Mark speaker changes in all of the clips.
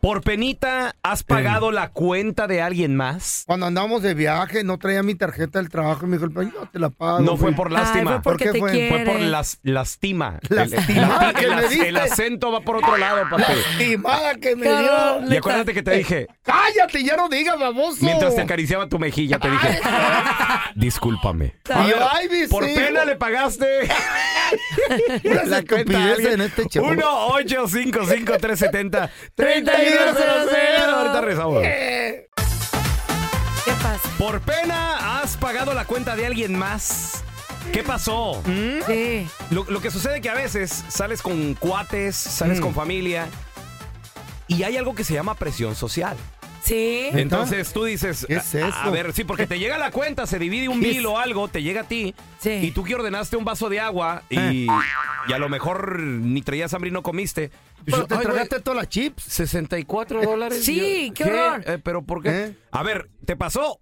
Speaker 1: ¿Por penita has pagado la cuenta de alguien más?
Speaker 2: Cuando andábamos de viaje, no traía mi tarjeta del trabajo y me dijo, el yo te la pago.
Speaker 1: No fue
Speaker 2: güey".
Speaker 1: por lástima.
Speaker 3: Ay, fue porque
Speaker 2: ¿Por qué
Speaker 3: te
Speaker 2: fue?
Speaker 1: Fue
Speaker 3: quiere.
Speaker 1: por las, lastima. El-
Speaker 2: Lastimada
Speaker 1: el-
Speaker 2: que
Speaker 1: el-
Speaker 2: me diste.
Speaker 1: el acento va por otro lado, papi.
Speaker 2: Timada que me
Speaker 3: Cabrón,
Speaker 2: dio.
Speaker 1: Y
Speaker 3: neta.
Speaker 1: acuérdate que te dije,
Speaker 2: Cállate, ya eh, no digas, baboso.
Speaker 1: mientras te acariciaba tu mejilla, te dije, discúlpame.
Speaker 2: Y yo, ay, mis
Speaker 1: Por
Speaker 2: hijos.
Speaker 1: pena le pagaste.
Speaker 2: Unas
Speaker 1: La cuenta a
Speaker 2: estupideces
Speaker 1: alguien.
Speaker 2: en este show.
Speaker 1: 1 855 370
Speaker 3: 3200.
Speaker 1: Ahorita regresamos.
Speaker 3: ¿Qué pasa?
Speaker 1: Por pena has pagado la cuenta de alguien más. ¿Qué pasó?
Speaker 3: Sí.
Speaker 1: Lo, lo que sucede que a veces sales con cuates, sales
Speaker 2: Mm.
Speaker 1: con familia y hay algo que se llama presión social.
Speaker 3: Sí.
Speaker 2: ¿Neta?
Speaker 1: Entonces tú dices,
Speaker 2: ¿Qué es
Speaker 1: "A- a
Speaker 2: eso?
Speaker 1: ver, sí, porque te llega la cuenta, se divide un
Speaker 2: ¿Qué
Speaker 1: mil
Speaker 2: es?
Speaker 1: o algo, te llega a ti
Speaker 3: Sí.
Speaker 1: y tú que ordenaste un vaso de agua y,
Speaker 2: Ah.
Speaker 1: y a lo mejor ni traías hambre y no comiste. pues,
Speaker 2: Y yo
Speaker 1: Pero,
Speaker 2: te
Speaker 1: ay,
Speaker 2: tragaste
Speaker 1: güey,
Speaker 2: todas las chips.
Speaker 1: 64 dólares.
Speaker 3: Sí,
Speaker 1: Yo-
Speaker 3: qué horror.
Speaker 1: Eh, pero ¿por qué?
Speaker 2: ¿Eh?
Speaker 1: A ver, ¿te pasó?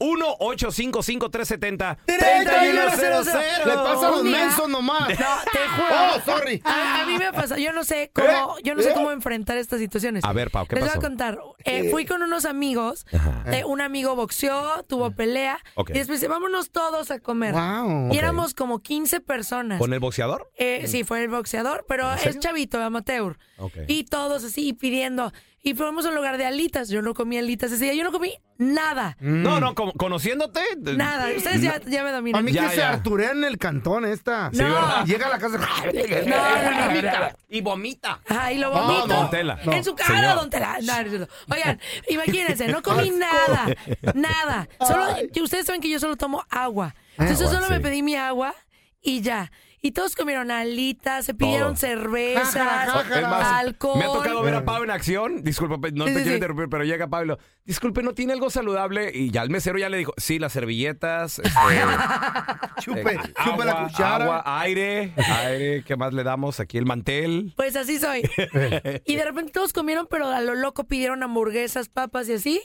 Speaker 1: 1-855-370.
Speaker 2: 3100. Le pasa a los
Speaker 3: Mira.
Speaker 2: mensos nomás.
Speaker 3: No, te juro.
Speaker 2: Oh, sorry.
Speaker 3: A, a mí me ha pasado, yo no sé cómo, yo no sé cómo enfrentar estas situaciones.
Speaker 1: ¿Eh? A ver, Pau, ¿qué
Speaker 3: Les
Speaker 1: pasó?
Speaker 3: voy a contar. Eh, fui con unos amigos,
Speaker 1: Ajá.
Speaker 3: eh, un amigo boxeó, tuvo pelea,
Speaker 1: Ok.
Speaker 3: y después dice, vámonos todos a comer.
Speaker 2: Wow.
Speaker 3: Y éramos como 15 personas.
Speaker 1: ¿Con el boxeador?
Speaker 3: Eh, sí, fue el boxeador, pero es chavito, amateur.
Speaker 1: Ok.
Speaker 3: Y todos así pidiendo. Y fuimos a un lugar de alitas. Yo no comí alitas ese día. Yo no comí nada.
Speaker 1: No, no, como- conociéndote. eh, de-
Speaker 3: Nada. Ustedes ya, ya me
Speaker 2: A
Speaker 3: dominan.
Speaker 2: mí
Speaker 1: Ya,
Speaker 2: que se
Speaker 1: ya.
Speaker 2: arturea en el cantón esta.
Speaker 3: Sí, ¿verdad?
Speaker 2: Llega a la casa.
Speaker 3: No, no, no, no, no.
Speaker 1: eh, Y vomita.
Speaker 3: Ay, lo
Speaker 2: No,
Speaker 3: vomito.
Speaker 1: don Tela.
Speaker 3: En su
Speaker 1: No,
Speaker 3: cara,
Speaker 1: señor.
Speaker 3: don Tela. No, no es cierto. Oigan, imagínense, no comí nada. Nada. Solo, que ustedes saben que yo solo tomo agua. Entonces
Speaker 1: Agua,
Speaker 3: solo me
Speaker 1: Ah, sí.
Speaker 3: pedí mi agua y ya. Y todos comieron alitas, se pidieron
Speaker 1: Todo.
Speaker 3: cervezas,
Speaker 2: Jájara, jájara.
Speaker 1: Es más,
Speaker 3: alcohol.
Speaker 1: me ha tocado ver a Pablo en acción. Disculpa, pe- no
Speaker 3: Sí,
Speaker 1: te
Speaker 3: sí,
Speaker 1: quiero
Speaker 3: sí.
Speaker 1: interrumpir, pero llega Pablo. Disculpe, ¿no tiene algo saludable? Y ya el mesero ya le dijo, sí, las servilletas, este,
Speaker 3: Pues,
Speaker 2: Chupe,
Speaker 1: eh,
Speaker 2: chupe la
Speaker 1: agua,
Speaker 2: cuchara.
Speaker 1: agua, aire, aire, ¿qué más le damos? Aquí el mantel.
Speaker 3: Pues así soy. y de repente todos comieron, pero a lo loco pidieron hamburguesas, papas y así.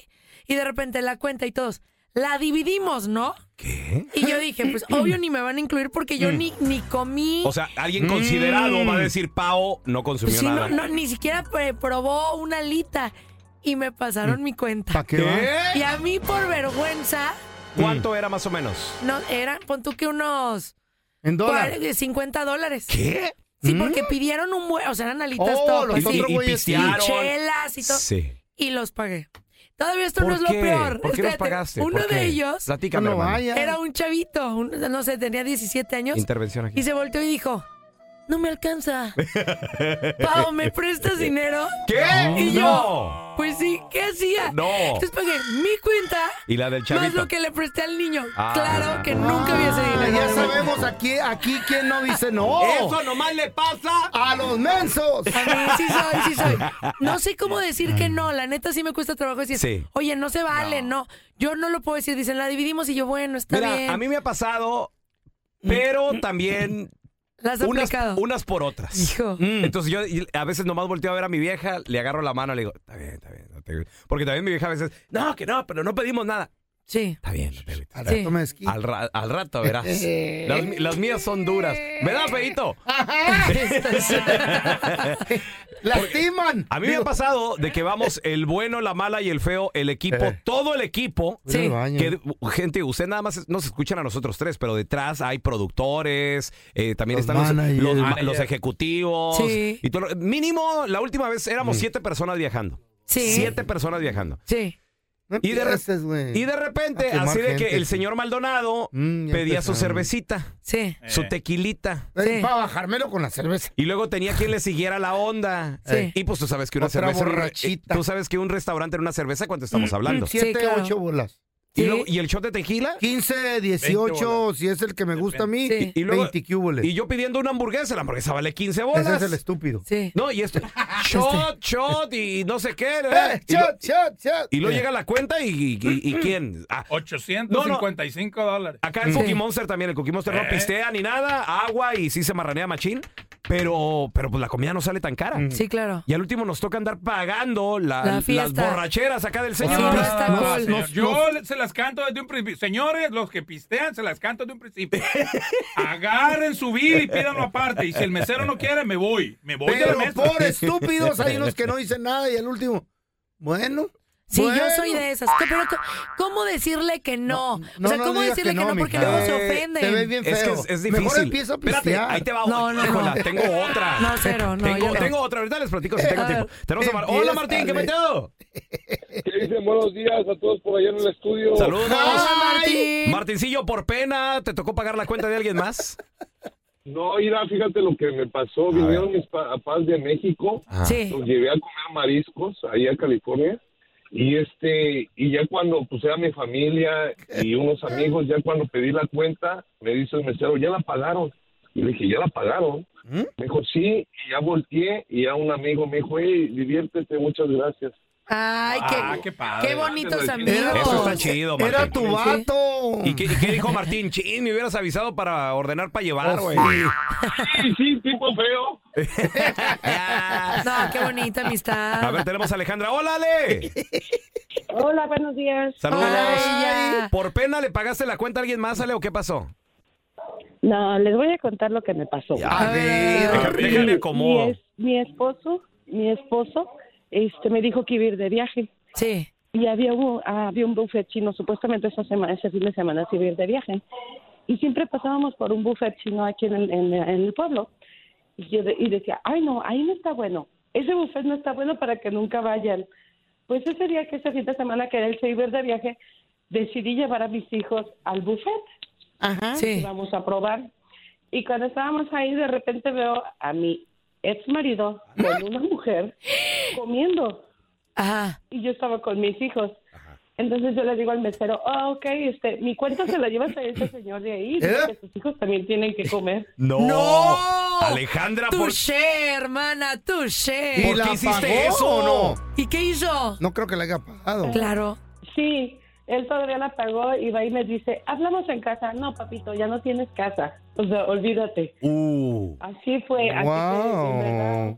Speaker 3: Y de repente la cuenta y todos, la dividimos, ¿no?
Speaker 1: ¿Qué?
Speaker 3: Y yo dije, pues obvio ni me van a incluir porque yo ni, ni comí.
Speaker 1: O sea, alguien considerado va a decir, Pao no consumió
Speaker 3: Pues Mm. sí,
Speaker 1: nada.
Speaker 3: no, no, ni siquiera pre- probó una alita y me pasaron mi
Speaker 2: ¿Para
Speaker 3: cuenta.
Speaker 2: qué, va?
Speaker 1: ¿Qué?
Speaker 3: Y a mí por vergüenza,
Speaker 1: ¿Cuánto era más o menos?
Speaker 3: no, eran, pon tú que unos
Speaker 2: En dólar.
Speaker 3: cuare- 50 dólares.
Speaker 1: ¿Qué? Mm.
Speaker 3: Sí, porque pidieron un buen, o sea, eran alitas
Speaker 2: Oh,
Speaker 3: todo,
Speaker 2: los
Speaker 3: pues,
Speaker 1: Y,
Speaker 3: sí,
Speaker 2: otros
Speaker 1: y
Speaker 2: güeyes sí.
Speaker 3: y
Speaker 1: pistearon.
Speaker 3: chelas y todo,
Speaker 1: Sí.
Speaker 3: y los pagué. Todavía esto
Speaker 1: ¿Por
Speaker 3: no es
Speaker 1: qué?
Speaker 3: lo peor.
Speaker 1: ¿Por qué los
Speaker 3: Espérate,
Speaker 1: pagaste?
Speaker 3: Uno
Speaker 1: ¿Por qué?
Speaker 3: de ellos
Speaker 1: Platícame,
Speaker 2: No
Speaker 1: hermano.
Speaker 2: vaya.
Speaker 3: era un chavito, un- no sé, tenía 17 años.
Speaker 1: Intervención aquí.
Speaker 3: Y se volteó y dijo, no me alcanza. Pau, ¿me prestas dinero?
Speaker 1: ¿Qué?
Speaker 3: Y
Speaker 1: No.
Speaker 3: yo, pues sí, ¿qué hacía?
Speaker 1: No.
Speaker 3: Entonces pagué mi cuenta
Speaker 1: Y la del
Speaker 3: más
Speaker 1: chavito.
Speaker 3: lo que le presté al niño.
Speaker 1: Ah.
Speaker 3: claro que nunca había ese
Speaker 2: Ah,
Speaker 3: dinero.
Speaker 2: ya
Speaker 3: de vuelta.
Speaker 2: sabemos aquí, aquí quién no dice no.
Speaker 1: nomás le pasa.
Speaker 2: A los mensos.
Speaker 3: A mí sí soy, sí soy. No sé cómo decir que no. La neta sí me cuesta trabajo decir,
Speaker 1: Sí.
Speaker 3: oye, no se vale, no. Yo no lo puedo decir. Dicen, la dividimos y yo, bueno, está
Speaker 1: Mira,
Speaker 3: bien. Mm.
Speaker 1: a mí me ha pasado, pero también
Speaker 3: Las he
Speaker 1: unas,
Speaker 3: aplicado.
Speaker 1: unas por otras.
Speaker 3: Hijo.
Speaker 1: Mm. Entonces yo y a veces nomás volteo a ver a mi vieja, le agarro la mano, le digo, está bien, está bien. no te- Porque también mi vieja a veces, no, que no, pero no pedimos nada.
Speaker 3: Sí.
Speaker 1: Está bien, no te agüites.
Speaker 2: Al
Speaker 3: Sí.
Speaker 2: rato me desquito.
Speaker 1: Al, ra- al rato verás. Las, mi- las mías son duras. ¿Me da feito?
Speaker 2: Lastiman.
Speaker 1: A mí me ha pasado de que vamos el bueno, la mala y el feo, el equipo,
Speaker 2: Eh.
Speaker 1: todo el equipo.
Speaker 2: Voy al
Speaker 3: Sí.
Speaker 2: baño.
Speaker 1: Que, gente, ustedes nada más nos escuchan a nosotros tres, pero detrás hay productores, eh, también
Speaker 2: Los
Speaker 1: están los-
Speaker 2: managers.
Speaker 1: los, ma-
Speaker 2: Manager.
Speaker 1: los ejecutivos.
Speaker 3: Sí.
Speaker 1: Y todo lo- mínimo, la última vez éramos siete personas viajando.
Speaker 3: Sí.
Speaker 1: Siete personas viajando.
Speaker 3: Sí.
Speaker 2: No
Speaker 1: Y de, re-
Speaker 2: empieces, güey.
Speaker 1: y de repente,
Speaker 2: A quemar
Speaker 1: así de que
Speaker 2: gente,
Speaker 1: el
Speaker 2: sí.
Speaker 1: señor Maldonado
Speaker 2: Mm, ya
Speaker 1: pedía su
Speaker 2: empezaron.
Speaker 1: cervecita,
Speaker 3: Sí.
Speaker 1: su tequilita.
Speaker 2: Eh,
Speaker 3: Sí.
Speaker 2: Para bajármelo con la cerveza.
Speaker 1: Y luego tenía quien le siguiera la onda.
Speaker 3: Sí.
Speaker 1: Y pues tú sabes que una
Speaker 2: Otra
Speaker 1: cerveza.
Speaker 2: borrachita.
Speaker 1: Tú sabes que un restaurante era una cerveza cuando estamos hablando.
Speaker 3: Mm, Sí,
Speaker 2: Siete,
Speaker 3: claro.
Speaker 2: ocho bolas.
Speaker 1: Y,
Speaker 3: Sí.
Speaker 1: luego- y el shot de tequila.
Speaker 2: 15, 18, si es el que me gusta a mí,
Speaker 3: Sí.
Speaker 1: Y luego-
Speaker 2: 20 cúboles.
Speaker 1: Y yo pidiendo una hamburguesa. La hamburguesa vale 15 bolas.
Speaker 2: Ese es el estúpido.
Speaker 3: Sí.
Speaker 1: No, y esto. Shot,
Speaker 3: Este.
Speaker 1: shot y no sé qué. ¿verdad?
Speaker 2: ¡Eh,
Speaker 1: Y lo-
Speaker 2: chat, chat, chat!
Speaker 3: Eh.
Speaker 1: Y luego llega la cuenta y, y- y- y quién. Ah,
Speaker 4: 855 dólares.
Speaker 3: Eh.
Speaker 1: acá el Cookie Monster también. El Cookie Monster no pistea ni nada. Agua y sí se marranea machín. Pero, pero pues la comida no sale tan cara.
Speaker 3: Mm. Sí, claro.
Speaker 1: Y al último nos toca andar pagando la-
Speaker 3: La
Speaker 1: las
Speaker 3: fiesta.
Speaker 1: borracheras acá del señor.
Speaker 3: Sí, no está
Speaker 1: No,
Speaker 3: cool.
Speaker 1: no,
Speaker 4: Yo le- se las canto desde un principio. Señores, los que pistean, se las canto desde un principio. Agarren su bill y pídanlo aparte. Y si el mesero no quiere, me voy. Me voy de la
Speaker 2: Pero
Speaker 4: mesa.
Speaker 2: por estúpidos hay unos que no dicen nada y el último, bueno.
Speaker 3: Sí, yo
Speaker 2: bueno.
Speaker 3: soy de esas. ¿Qué- Pero, co- ¿cómo decirle que no?
Speaker 2: No,
Speaker 3: o sea,
Speaker 2: no
Speaker 3: ¿cómo
Speaker 2: digas
Speaker 3: decirle que
Speaker 2: que
Speaker 3: no?
Speaker 2: no,
Speaker 3: porque
Speaker 2: mija.
Speaker 3: luego se
Speaker 1: Eh,
Speaker 3: ofenden.
Speaker 2: te ves bien
Speaker 1: Es que
Speaker 2: feo.
Speaker 1: es, es
Speaker 2: Mejor
Speaker 1: difícil.
Speaker 2: empieza a
Speaker 1: Espérate,
Speaker 2: pistear.
Speaker 1: ahí te va
Speaker 3: No,
Speaker 1: otra.
Speaker 3: no, no.
Speaker 1: Híjola, tengo otra.
Speaker 3: No, cero, no,
Speaker 1: tengo,
Speaker 3: yo no. Eh,
Speaker 1: tengo otra, ahorita les platico si tengo
Speaker 3: A
Speaker 1: tiempo. Tenemos a Mar- Hola Martín, ¿qué
Speaker 2: Empiézale.
Speaker 1: metido?
Speaker 5: Dicen buenos días a todos por allá en el estudio.
Speaker 1: Saludos.
Speaker 3: Hola,
Speaker 2: Ay.
Speaker 3: Martín.
Speaker 1: Martincillo, por pena, ¿te tocó pagar la cuenta de alguien más?
Speaker 5: No, mira, fíjate lo que me pasó. Vinieron mis pa- papás de México.
Speaker 1: Ah.
Speaker 3: Sí.
Speaker 5: Los llevé a comer mariscos ahí a California. Y este, y ya cuando pues era mi familia y unos amigos, ya cuando pedí la cuenta, me dice el mesero, ya la pagaron. Y le dije, ¿ya la pagaron?
Speaker 1: ¿Mm?
Speaker 5: Me dijo, sí, y ya volteé, y ya un amigo me dijo, hey, diviértete, muchas gracias.
Speaker 3: Ay, qué,
Speaker 4: Ah, qué padre.
Speaker 3: bonitos
Speaker 5: Eso
Speaker 3: amigos.
Speaker 1: Eso está chido, Martín.
Speaker 2: Era tu vato.
Speaker 1: ¿Y qué, y qué dijo Martín? Chin, me hubieras avisado para ordenar para llevar, güey.
Speaker 5: Sí, sí, tipo feo.
Speaker 3: No, qué bonita
Speaker 1: A ver,
Speaker 3: amistad.
Speaker 1: tenemos a Alejandra. ¡Hola, Ale!
Speaker 6: Hola, buenos días.
Speaker 1: Saludos.
Speaker 3: Hola, ella.
Speaker 1: ¿Por pena le pagaste la cuenta a alguien más, Ale, o qué pasó?
Speaker 6: No, les voy a contar lo que me pasó.
Speaker 2: A ver.
Speaker 1: Déjame, déjame acomodo.
Speaker 6: Mi, es- mi esposo, mi esposo, este, me dijo que iba a ir de viaje
Speaker 3: Sí.
Speaker 6: y había un, ah, había un buffet chino. Supuestamente esa semana, ese fin de semana se iba a ir de viaje y siempre pasábamos por un buffet chino aquí en el, en, en el pueblo y, yo de- y decía, ay no, ahí no está bueno. Ese buffet no está bueno para que nunca vayan. Pues ese día que ese fin de semana que él se iba a ir de viaje, decidí llevar a mis hijos al buffet.
Speaker 2: Ajá.
Speaker 6: y
Speaker 3: Sí.
Speaker 6: vamos a probar. Y cuando estábamos ahí, de repente veo a mi ex marido con una mujer comiendo.
Speaker 3: Ajá.
Speaker 6: Y yo estaba con mis hijos. Entonces yo le digo al mesero, oh, ok, este, mi cuenta se la llevas a ese señor de ahí,
Speaker 2: ¿Eh?
Speaker 6: porque sus hijos también tienen que comer.
Speaker 1: ¡No!
Speaker 3: ¡No!
Speaker 1: Alejandra, ¿por,
Speaker 3: Tuché, hermana, tuché.
Speaker 2: ¿Y
Speaker 1: ¿por
Speaker 2: la
Speaker 1: qué hiciste
Speaker 2: pagó
Speaker 1: eso
Speaker 2: o
Speaker 1: o
Speaker 2: no?
Speaker 1: no?
Speaker 3: ¿Y qué hizo?
Speaker 2: No creo que la haya pagado.
Speaker 3: Claro.
Speaker 6: Sí, él todavía la pagó y va y me dice, hablamos en casa. No, papito, ya no tienes casa. O sea, olvídate.
Speaker 1: Uh.
Speaker 6: Así fue. así
Speaker 2: Wow.
Speaker 6: que, en verdad,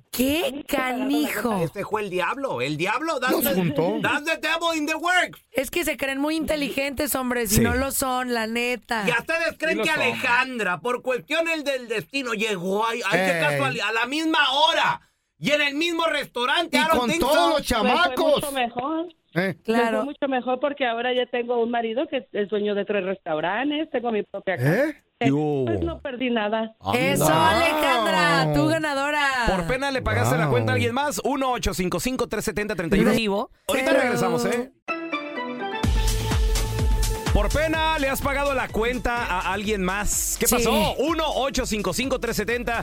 Speaker 3: ¡Qué canijo!
Speaker 1: Este fue el diablo, el diablo.
Speaker 2: Nos juntó.
Speaker 1: the devil in the work.
Speaker 3: Es que se creen muy inteligentes, hombres, y
Speaker 1: Sí.
Speaker 3: no lo son, la neta.
Speaker 1: ustedes
Speaker 4: Sí
Speaker 1: creen
Speaker 4: lo son.
Speaker 1: Alejandra, por cuestiones del destino, llegó ay, ay,
Speaker 2: Ey.
Speaker 1: a la misma hora y en el mismo restaurante.
Speaker 2: Y
Speaker 1: I don't
Speaker 2: con
Speaker 1: think
Speaker 2: todos
Speaker 1: so.
Speaker 2: los
Speaker 6: me fue
Speaker 2: chamacos.
Speaker 6: mucho mejor.
Speaker 2: Eh,
Speaker 6: Me fue
Speaker 3: Claro.
Speaker 6: mucho mejor porque ahora ya tengo un marido que es dueño de tres restaurantes, tengo mi propia casa.
Speaker 2: ¿Eh?
Speaker 6: Pues no perdí nada.
Speaker 3: Eso,
Speaker 2: Wow.
Speaker 3: Alejandra, tu ganadora.
Speaker 1: Por pena le pagaste la
Speaker 2: Wow.
Speaker 1: cuenta a alguien más. 1-855-370-31.
Speaker 3: Vivo.
Speaker 1: Ahorita
Speaker 3: Cero.
Speaker 1: regresamos, ¿eh? Por pena le has pagado la cuenta a alguien más. ¿Qué
Speaker 3: Sí.
Speaker 1: pasó? 1-855-370-3100.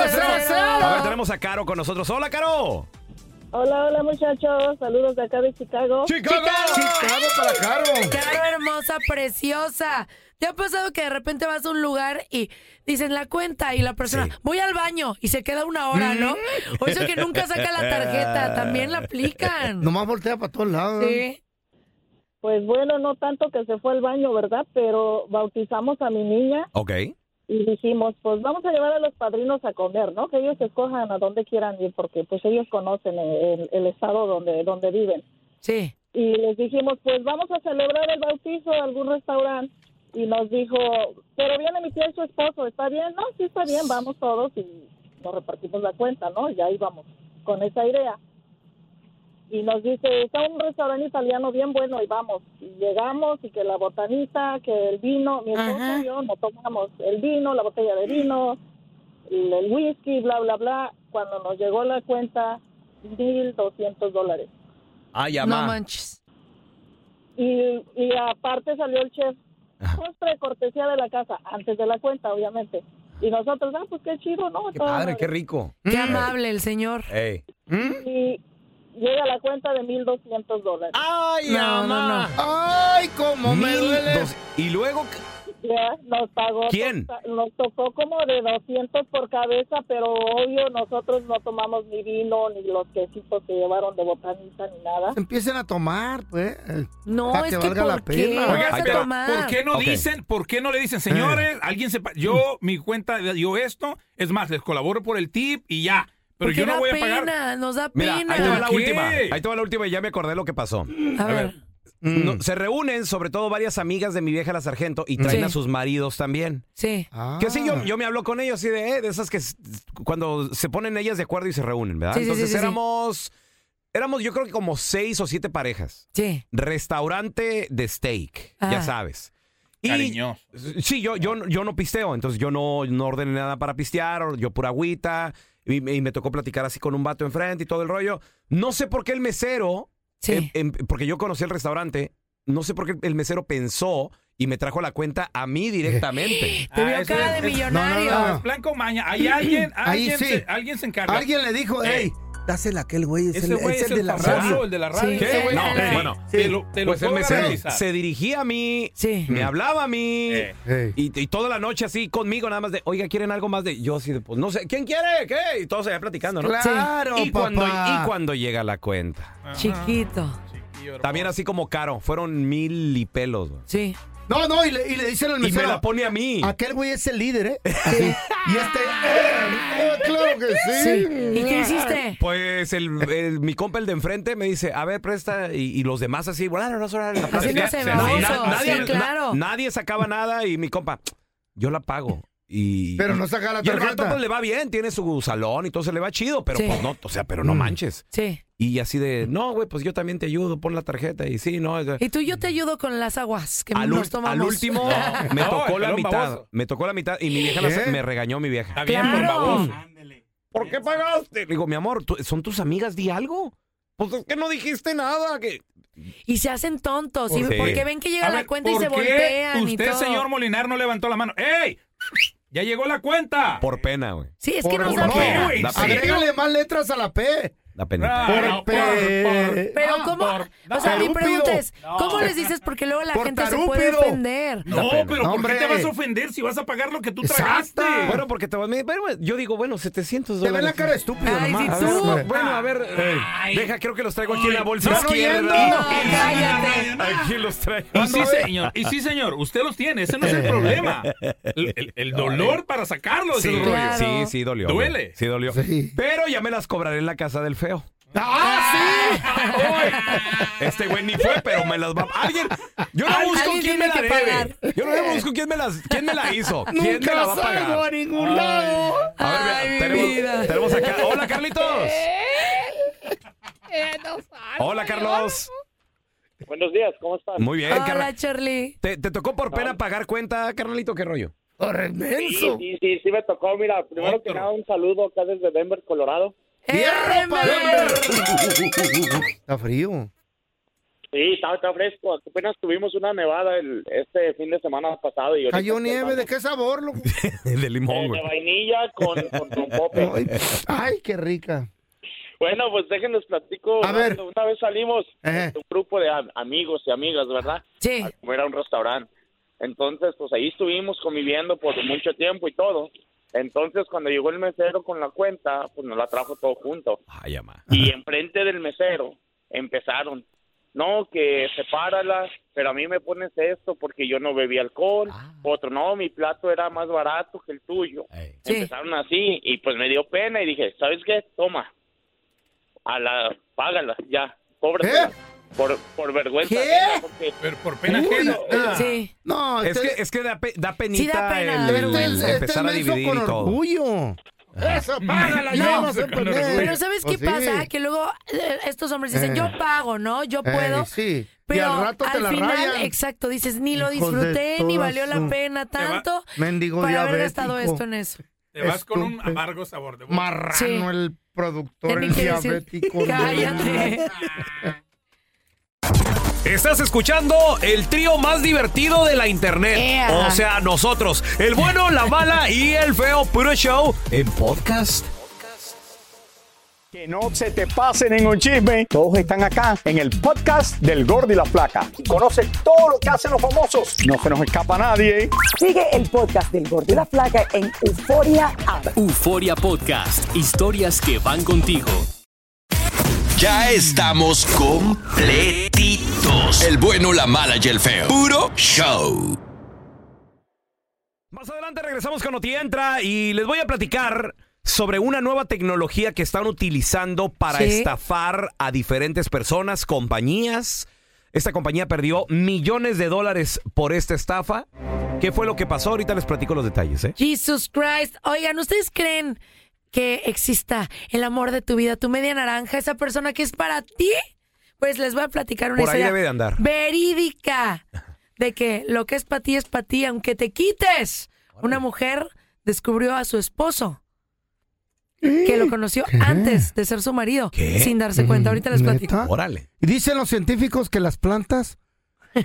Speaker 1: A ver,
Speaker 3: 3100.
Speaker 1: tenemos a Caro con nosotros. Hola, Caro.
Speaker 7: Hola, hola muchachos, saludos de acá de Chicago.
Speaker 2: ¡Chicago! ¡Chicago para Caro!
Speaker 3: Claro, hermosa, preciosa. ¿Te ha pasado que de repente vas a un lugar y dicen la cuenta y la persona, voy al baño y se queda una hora, ¿no?
Speaker 1: Mm.
Speaker 3: O eso que nunca saca la tarjeta, también la aplican.
Speaker 2: Nomás voltea para todos lados.
Speaker 3: Sí.
Speaker 7: Pues bueno, no tanto que se fue al baño, ¿verdad? Pero bautizamos a mi niña
Speaker 1: Ok.
Speaker 7: y dijimos, pues vamos a llevar a los padrinos a comer, ¿no? Que ellos escojan a donde quieran ir porque pues ellos conocen el, el estado donde, donde viven.
Speaker 3: Sí.
Speaker 7: Y les dijimos, pues vamos a celebrar el bautizo en algún restaurante. Y nos dijo, pero viene mi tía y su esposo, ¿está bien? No, sí está bien, vamos todos y nos repartimos la cuenta, ¿no? Y ahí vamos con esa idea. y nos dice, está un restaurante italiano bien bueno y vamos. Y llegamos y que la botanita, que el vino, mi esposo
Speaker 3: Ajá.
Speaker 7: y yo nos tomamos el vino, la botella de vino, el el whisky, bla, bla, bla. Cuando nos llegó la cuenta, mil doscientos dólares.
Speaker 1: Ay,
Speaker 3: No
Speaker 1: amá.
Speaker 3: manches.
Speaker 7: Y, y aparte salió el chef, postre de cortesía de la casa, antes de la cuenta, obviamente. Y nosotros, ah, pues qué chido, ¿no?
Speaker 1: Qué
Speaker 7: Toda
Speaker 1: padre,
Speaker 7: madre.
Speaker 1: qué rico.
Speaker 3: Qué amable el señor.
Speaker 1: Ey.
Speaker 7: Y llega la cuenta de mil doscientos dólares.
Speaker 1: Ay,
Speaker 3: No, no, no.
Speaker 2: ¡Ay, cómo me
Speaker 1: Mil
Speaker 2: duele!
Speaker 1: dos- Y luego,
Speaker 7: Ya, nos pagó.
Speaker 1: ¿Quién?
Speaker 7: Nos tocó como de 200 por cabeza, pero obvio nosotros no tomamos ni vino, ni los quesitos que llevaron de botanita, ni nada.
Speaker 2: Empiecen a tomar, pues.
Speaker 3: No,
Speaker 2: Para
Speaker 3: es
Speaker 2: que
Speaker 3: que
Speaker 2: valga la
Speaker 3: ¿por qué
Speaker 2: pena.
Speaker 3: vas
Speaker 1: Ahí
Speaker 3: a
Speaker 1: te va.
Speaker 3: tomar? Eh.
Speaker 4: ¿Por qué no
Speaker 1: Ok.
Speaker 4: le dicen, por qué no le dicen, señores, alguien sepa, yo, mi cuenta, yo esto, es más, les colaboro por el tip y ya, pero
Speaker 3: Porque
Speaker 4: yo no
Speaker 3: da
Speaker 4: voy a
Speaker 3: pena,
Speaker 4: pagar.
Speaker 3: Nos da
Speaker 1: Mira, ahí te va
Speaker 3: pena.
Speaker 1: la
Speaker 4: ¿Qué?
Speaker 1: última. Ahí te va la última y ya me acordé lo que pasó.
Speaker 3: A ver.
Speaker 1: No,
Speaker 3: Mm.
Speaker 1: se reúnen, sobre todo varias amigas de mi vieja la sargento, y traen
Speaker 3: Sí. Ah.
Speaker 1: a sus maridos también.
Speaker 3: Sí.
Speaker 1: Que sí,
Speaker 2: Ah.
Speaker 1: yo, yo me hablo con ellos y de, eh, de esas que s- cuando se ponen ellas de acuerdo y se reúnen, ¿verdad?
Speaker 3: Sí, sí, sí,
Speaker 1: Entonces
Speaker 3: sí, sí.
Speaker 1: éramos, éramos yo creo que como seis o siete parejas.
Speaker 3: Sí.
Speaker 1: Restaurante de steak,
Speaker 3: Ajá.
Speaker 1: ya sabes. Y-
Speaker 4: Cariñoso.
Speaker 1: Sí, yo, yo, no- yo no pisteo, entonces yo no, no ordené nada para pistear, or- yo pura agüita, y, me- y me tocó platicar así con un vato enfrente y todo el rollo. No sé por qué el mesero,
Speaker 3: Sí.
Speaker 1: em- em- porque yo conocí el restaurante, no sé por qué el mesero pensó y me trajo la cuenta a mí directamente.
Speaker 3: Te
Speaker 4: Ah,
Speaker 3: veo
Speaker 4: eso
Speaker 3: cara
Speaker 4: es-
Speaker 3: de
Speaker 4: es-
Speaker 3: millonario.
Speaker 2: no, no, no.
Speaker 4: Es plan con maña. Hay alguien,
Speaker 2: Ahí
Speaker 4: alguien,
Speaker 2: sí.
Speaker 4: se, alguien se encarga.
Speaker 2: Alguien le dijo, hey, dásela a aquel güey, es
Speaker 4: Ese
Speaker 2: el,
Speaker 4: güey
Speaker 2: es
Speaker 4: es
Speaker 2: el de
Speaker 4: el
Speaker 2: la
Speaker 4: famoso,
Speaker 2: radio.
Speaker 4: el de la
Speaker 3: Sí.
Speaker 4: radio.
Speaker 3: ¿Qué, güey? No,
Speaker 4: sí.
Speaker 1: bueno,
Speaker 4: te lo, te lo
Speaker 1: Pues el
Speaker 4: puedo
Speaker 1: mesero
Speaker 4: garantizar.
Speaker 1: se dirigía a mí,
Speaker 3: Sí.
Speaker 1: me hablaba a mí.
Speaker 4: Eh.
Speaker 2: Hey.
Speaker 1: Y, y toda la noche así conmigo, nada más de, oiga, ¿quieren algo más de? Yo así de, pues no sé, ¿quién quiere? ¿Qué? Y todos allá platicando, ¿no?
Speaker 2: Claro,
Speaker 1: y, cuando,
Speaker 2: papá.
Speaker 1: y cuando llega la cuenta.
Speaker 4: Ajá.
Speaker 3: Chiquito.
Speaker 4: Chiquillo hermoso.
Speaker 1: También así como caro, fueron mil y pelos. güey.
Speaker 3: Sí.
Speaker 2: No, no, y le, y le dicen al
Speaker 1: Y me
Speaker 2: mesero,
Speaker 1: la pone a mí.
Speaker 2: aquel güey es el líder, ¿eh? Así. y este, "Eh, claro que
Speaker 3: Sí.
Speaker 2: sí.
Speaker 3: ¿Y qué hiciste?
Speaker 1: Pues el, el- mi compa, el de enfrente, me dice, a ver, presta. Y, y los demás así, bueno, no, no, no, no, no,
Speaker 3: Así no se
Speaker 4: Sí,
Speaker 3: va.
Speaker 1: no,
Speaker 4: sí,
Speaker 1: na-
Speaker 4: sí,
Speaker 1: nadie,
Speaker 4: sí,
Speaker 1: na-
Speaker 3: claro.
Speaker 1: nadie sacaba nada y mi compa, yo la pago. Y,
Speaker 2: Pero no saca la
Speaker 1: y el rato
Speaker 2: tarjeta.
Speaker 1: pues, le va bien, tiene su salón y todo se le va chido, pero
Speaker 3: Sí. Mm.
Speaker 1: pues no, o sea, pero no manches.
Speaker 3: Sí.
Speaker 1: Y así de, no, güey, pues yo también te ayudo, pon la tarjeta. Y sí, no.
Speaker 3: Y tú yo te ayudo con las aguas que
Speaker 1: al, ul-
Speaker 3: nos tomamos.
Speaker 1: al último
Speaker 4: No,
Speaker 1: me
Speaker 4: no,
Speaker 1: tocó
Speaker 4: el
Speaker 1: la
Speaker 4: pelón
Speaker 1: mitad.
Speaker 4: baboso.
Speaker 1: Me tocó la mitad y mi vieja las-
Speaker 2: ¿Qué?
Speaker 1: me regañó mi vieja.
Speaker 4: Está bien, por
Speaker 3: Claro.
Speaker 4: baboso.
Speaker 1: ¿Por qué pagaste? Le digo, mi amor, tú- son tus amigas, di algo. Pues es que no dijiste nada. Que...
Speaker 3: Y se hacen tontos.
Speaker 1: Por-
Speaker 3: y-
Speaker 1: Sí.
Speaker 3: Porque ven que llega
Speaker 4: A
Speaker 3: la
Speaker 4: ver,
Speaker 3: cuenta y
Speaker 4: ¿por
Speaker 3: se
Speaker 4: qué
Speaker 3: voltean y
Speaker 4: Usted,
Speaker 3: todo.
Speaker 4: señor Molinar, no levantó la mano. ¡Ey! ¡Ya llegó la cuenta!
Speaker 1: Por pena, güey.
Speaker 3: Sí, es que
Speaker 2: Por-
Speaker 3: nos da
Speaker 2: no,
Speaker 3: pena.
Speaker 1: güey. Da pena.
Speaker 2: Agrégale más letras a la P.
Speaker 1: La pena.
Speaker 4: Ah,
Speaker 2: Por
Speaker 4: no,
Speaker 2: pe-
Speaker 3: Pero
Speaker 4: ah,
Speaker 3: ¿cómo?
Speaker 4: por-
Speaker 3: o sea, mi
Speaker 2: tarúpido.
Speaker 3: pregunta es, ¿cómo les dices? Porque luego la
Speaker 2: Por
Speaker 3: gente se puede
Speaker 2: tarúpido.
Speaker 3: ofender.
Speaker 4: No,
Speaker 1: Da pena.
Speaker 4: pero ¿por
Speaker 2: Hombre.
Speaker 4: qué te vas a ofender si vas a pagar lo que tú
Speaker 2: Exacto.
Speaker 4: tragaste?
Speaker 1: Bueno, porque te vas pero, güey, yo digo, bueno, 700
Speaker 2: Te
Speaker 1: dólares.
Speaker 2: ven la cara de estúpido
Speaker 3: Ay,
Speaker 2: nomás.
Speaker 3: si
Speaker 2: A ver,
Speaker 3: tú-
Speaker 2: hombre.
Speaker 1: Bueno, a ver, eh,
Speaker 4: Ay.
Speaker 1: deja, creo que los traigo aquí en pues, la bolsa
Speaker 2: Están
Speaker 1: izquierda.
Speaker 2: oyendo.
Speaker 3: cállate.
Speaker 1: Aquí los traigo.
Speaker 4: Y sí, señor, y sí, señor, usted los tiene, ese no es el problema. El, el- el dolor para sacarlo es
Speaker 1: Sí,
Speaker 4: el
Speaker 1: rollo.
Speaker 3: Claro.
Speaker 4: rollo.
Speaker 1: sí, sí, dolió. güey.
Speaker 4: Duele.
Speaker 1: Sí, dolió.
Speaker 2: Sí.
Speaker 1: Pero ya me las cobraré en la casa del feo.
Speaker 2: ¡Ah, sí!
Speaker 1: Este güey ni fue, pero me las va. Alguien, yo no
Speaker 3: Al-
Speaker 1: busco
Speaker 3: alguien
Speaker 1: quién me
Speaker 3: tiene
Speaker 1: la
Speaker 3: que
Speaker 1: debe.
Speaker 3: pagar.
Speaker 1: Yo no busco quién me las, quién me la hizo. ¿Quién me la va a
Speaker 2: salgo a
Speaker 1: pagar?
Speaker 2: ningún lado.
Speaker 1: A ver, vea,
Speaker 3: Ay, mi vida.
Speaker 1: tenemos, tenemos acá. Hola, Carlitos. Hola, Carlos.
Speaker 8: Buenos días, ¿cómo estás?
Speaker 1: Muy bien,
Speaker 3: Hola,
Speaker 1: Carla.
Speaker 3: Charlie.
Speaker 1: ¿Te, te tocó por pena pagar cuenta, Carlito? ¿Qué rollo?
Speaker 8: Sí, sí, sí, sí me tocó. Mira, primero que
Speaker 4: Otro.
Speaker 8: nada, un saludo acá desde Denver, Colorado.
Speaker 3: ¡Eh, Denver!
Speaker 2: Está frío.
Speaker 8: Sí, está, está fresco. Apenas tuvimos una nevada el, este fin de semana pasado. Y ahorita
Speaker 2: Cayó
Speaker 8: estoy
Speaker 2: nieve, ¿de
Speaker 8: andando,
Speaker 2: qué sabor, loco?
Speaker 1: De
Speaker 8: eh,
Speaker 1: limón,
Speaker 8: de
Speaker 1: güey.
Speaker 8: vainilla con, con trompope.
Speaker 2: Ay, pff, Ay, qué rica.
Speaker 8: Bueno, pues déjenles platico.
Speaker 2: A ver. Eh.
Speaker 8: Una vez salimos, este,
Speaker 2: Ajá.
Speaker 8: un grupo de am- amigos y amigas, ¿verdad?
Speaker 3: Sí,
Speaker 2: Ah,
Speaker 8: A comer a un restaurante. Entonces, pues ahí estuvimos conviviendo por mucho tiempo y todo. Entonces, cuando llegó el mesero con la cuenta, pues nos la trajo todo junto.
Speaker 1: Ay, ama.
Speaker 8: y enfrente del mesero empezaron. No, que sepárala, pero a mí me pones esto porque yo no bebí alcohol. Otro, no, mi plato era más barato que el tuyo.
Speaker 1: Ey.
Speaker 3: Sí.
Speaker 8: Empezaron así y pues me dio pena y dije, ¿sabes qué? Toma, a la, págala, ya, cóbrasela. Por, por vergüenza.
Speaker 2: ¿Qué?
Speaker 8: ajena, porque-
Speaker 4: Pero por pena
Speaker 2: Uy,
Speaker 4: ajena.
Speaker 2: ah.
Speaker 3: sí.
Speaker 2: No,
Speaker 1: Es
Speaker 2: este,
Speaker 1: que, es que da, pe- da penita
Speaker 3: Sí, da pena.
Speaker 1: el,
Speaker 2: este-
Speaker 1: el
Speaker 2: este
Speaker 1: empezar a
Speaker 2: me hizo
Speaker 1: dividir
Speaker 2: con
Speaker 1: y todo.
Speaker 2: orgullo. Eso, págala, ya
Speaker 3: No,
Speaker 2: no sé
Speaker 4: con
Speaker 2: poner.
Speaker 4: orgullo.
Speaker 3: Eh, Pero ¿sabes qué
Speaker 2: Pues sí.
Speaker 3: pasa? Que luego eh, estos hombres dicen,
Speaker 2: Eh.
Speaker 3: yo pago, ¿no? Yo puedo.
Speaker 2: Eh, sí.
Speaker 3: Pero
Speaker 2: y al rato te la
Speaker 3: final,
Speaker 2: rayan.
Speaker 3: exacto, dices, ni lo
Speaker 2: Hijos de
Speaker 3: disfruté, ni
Speaker 2: toda
Speaker 3: valió la
Speaker 2: su-
Speaker 3: pena tanto
Speaker 2: Mendigo
Speaker 3: para haber
Speaker 2: diabético.
Speaker 3: gastado esto en eso.
Speaker 4: Te vas con un
Speaker 2: Estúpido.
Speaker 4: amargo sabor de boca.
Speaker 2: Marrano
Speaker 3: Sí.
Speaker 2: el productor,
Speaker 3: Tenía
Speaker 2: el
Speaker 3: que decir,
Speaker 2: diabético.
Speaker 3: Cállate.
Speaker 1: Estás escuchando el trío más divertido de la internet.
Speaker 3: Ea.
Speaker 1: O sea, nosotros, el bueno, la mala y el feo, puro show en podcast.
Speaker 9: Que no se te pase ningún chisme. Todos están acá en el podcast del Gordi y la Flaca. Y conoce todo lo que hacen los famosos. No se nos escapa nadie.
Speaker 10: Sigue el podcast del Gordo y la Flaca en Euforia App.
Speaker 11: Euforia Podcast, historias que van contigo.
Speaker 12: Ya estamos completitos. El bueno, la mala y el feo. Puro show.
Speaker 1: Más adelante regresamos con Otientra y les voy a platicar sobre una nueva tecnología que están utilizando para
Speaker 3: Sí.
Speaker 1: estafar a diferentes personas, compañías. Esta compañía perdió millones de dólares por esta estafa. ¿Qué fue lo que pasó? Ahorita les platico los detalles, ¿eh?
Speaker 3: Jesus Christ. Oigan, ¿ustedes creen que exista el amor de tu vida, tu media naranja, esa persona que es para ti? Pues les voy a platicar una
Speaker 1: Por ahí
Speaker 3: historia
Speaker 1: debe de andar.
Speaker 3: verídica de que lo que es para ti es para ti, aunque te quites. Una mujer descubrió a su esposo que lo conoció antes de ser su marido
Speaker 1: ¿Qué?
Speaker 3: sin darse cuenta. Ahorita les
Speaker 2: ¿Neta?
Speaker 3: platico.
Speaker 1: Órale.
Speaker 2: Y dicen los científicos que las plantas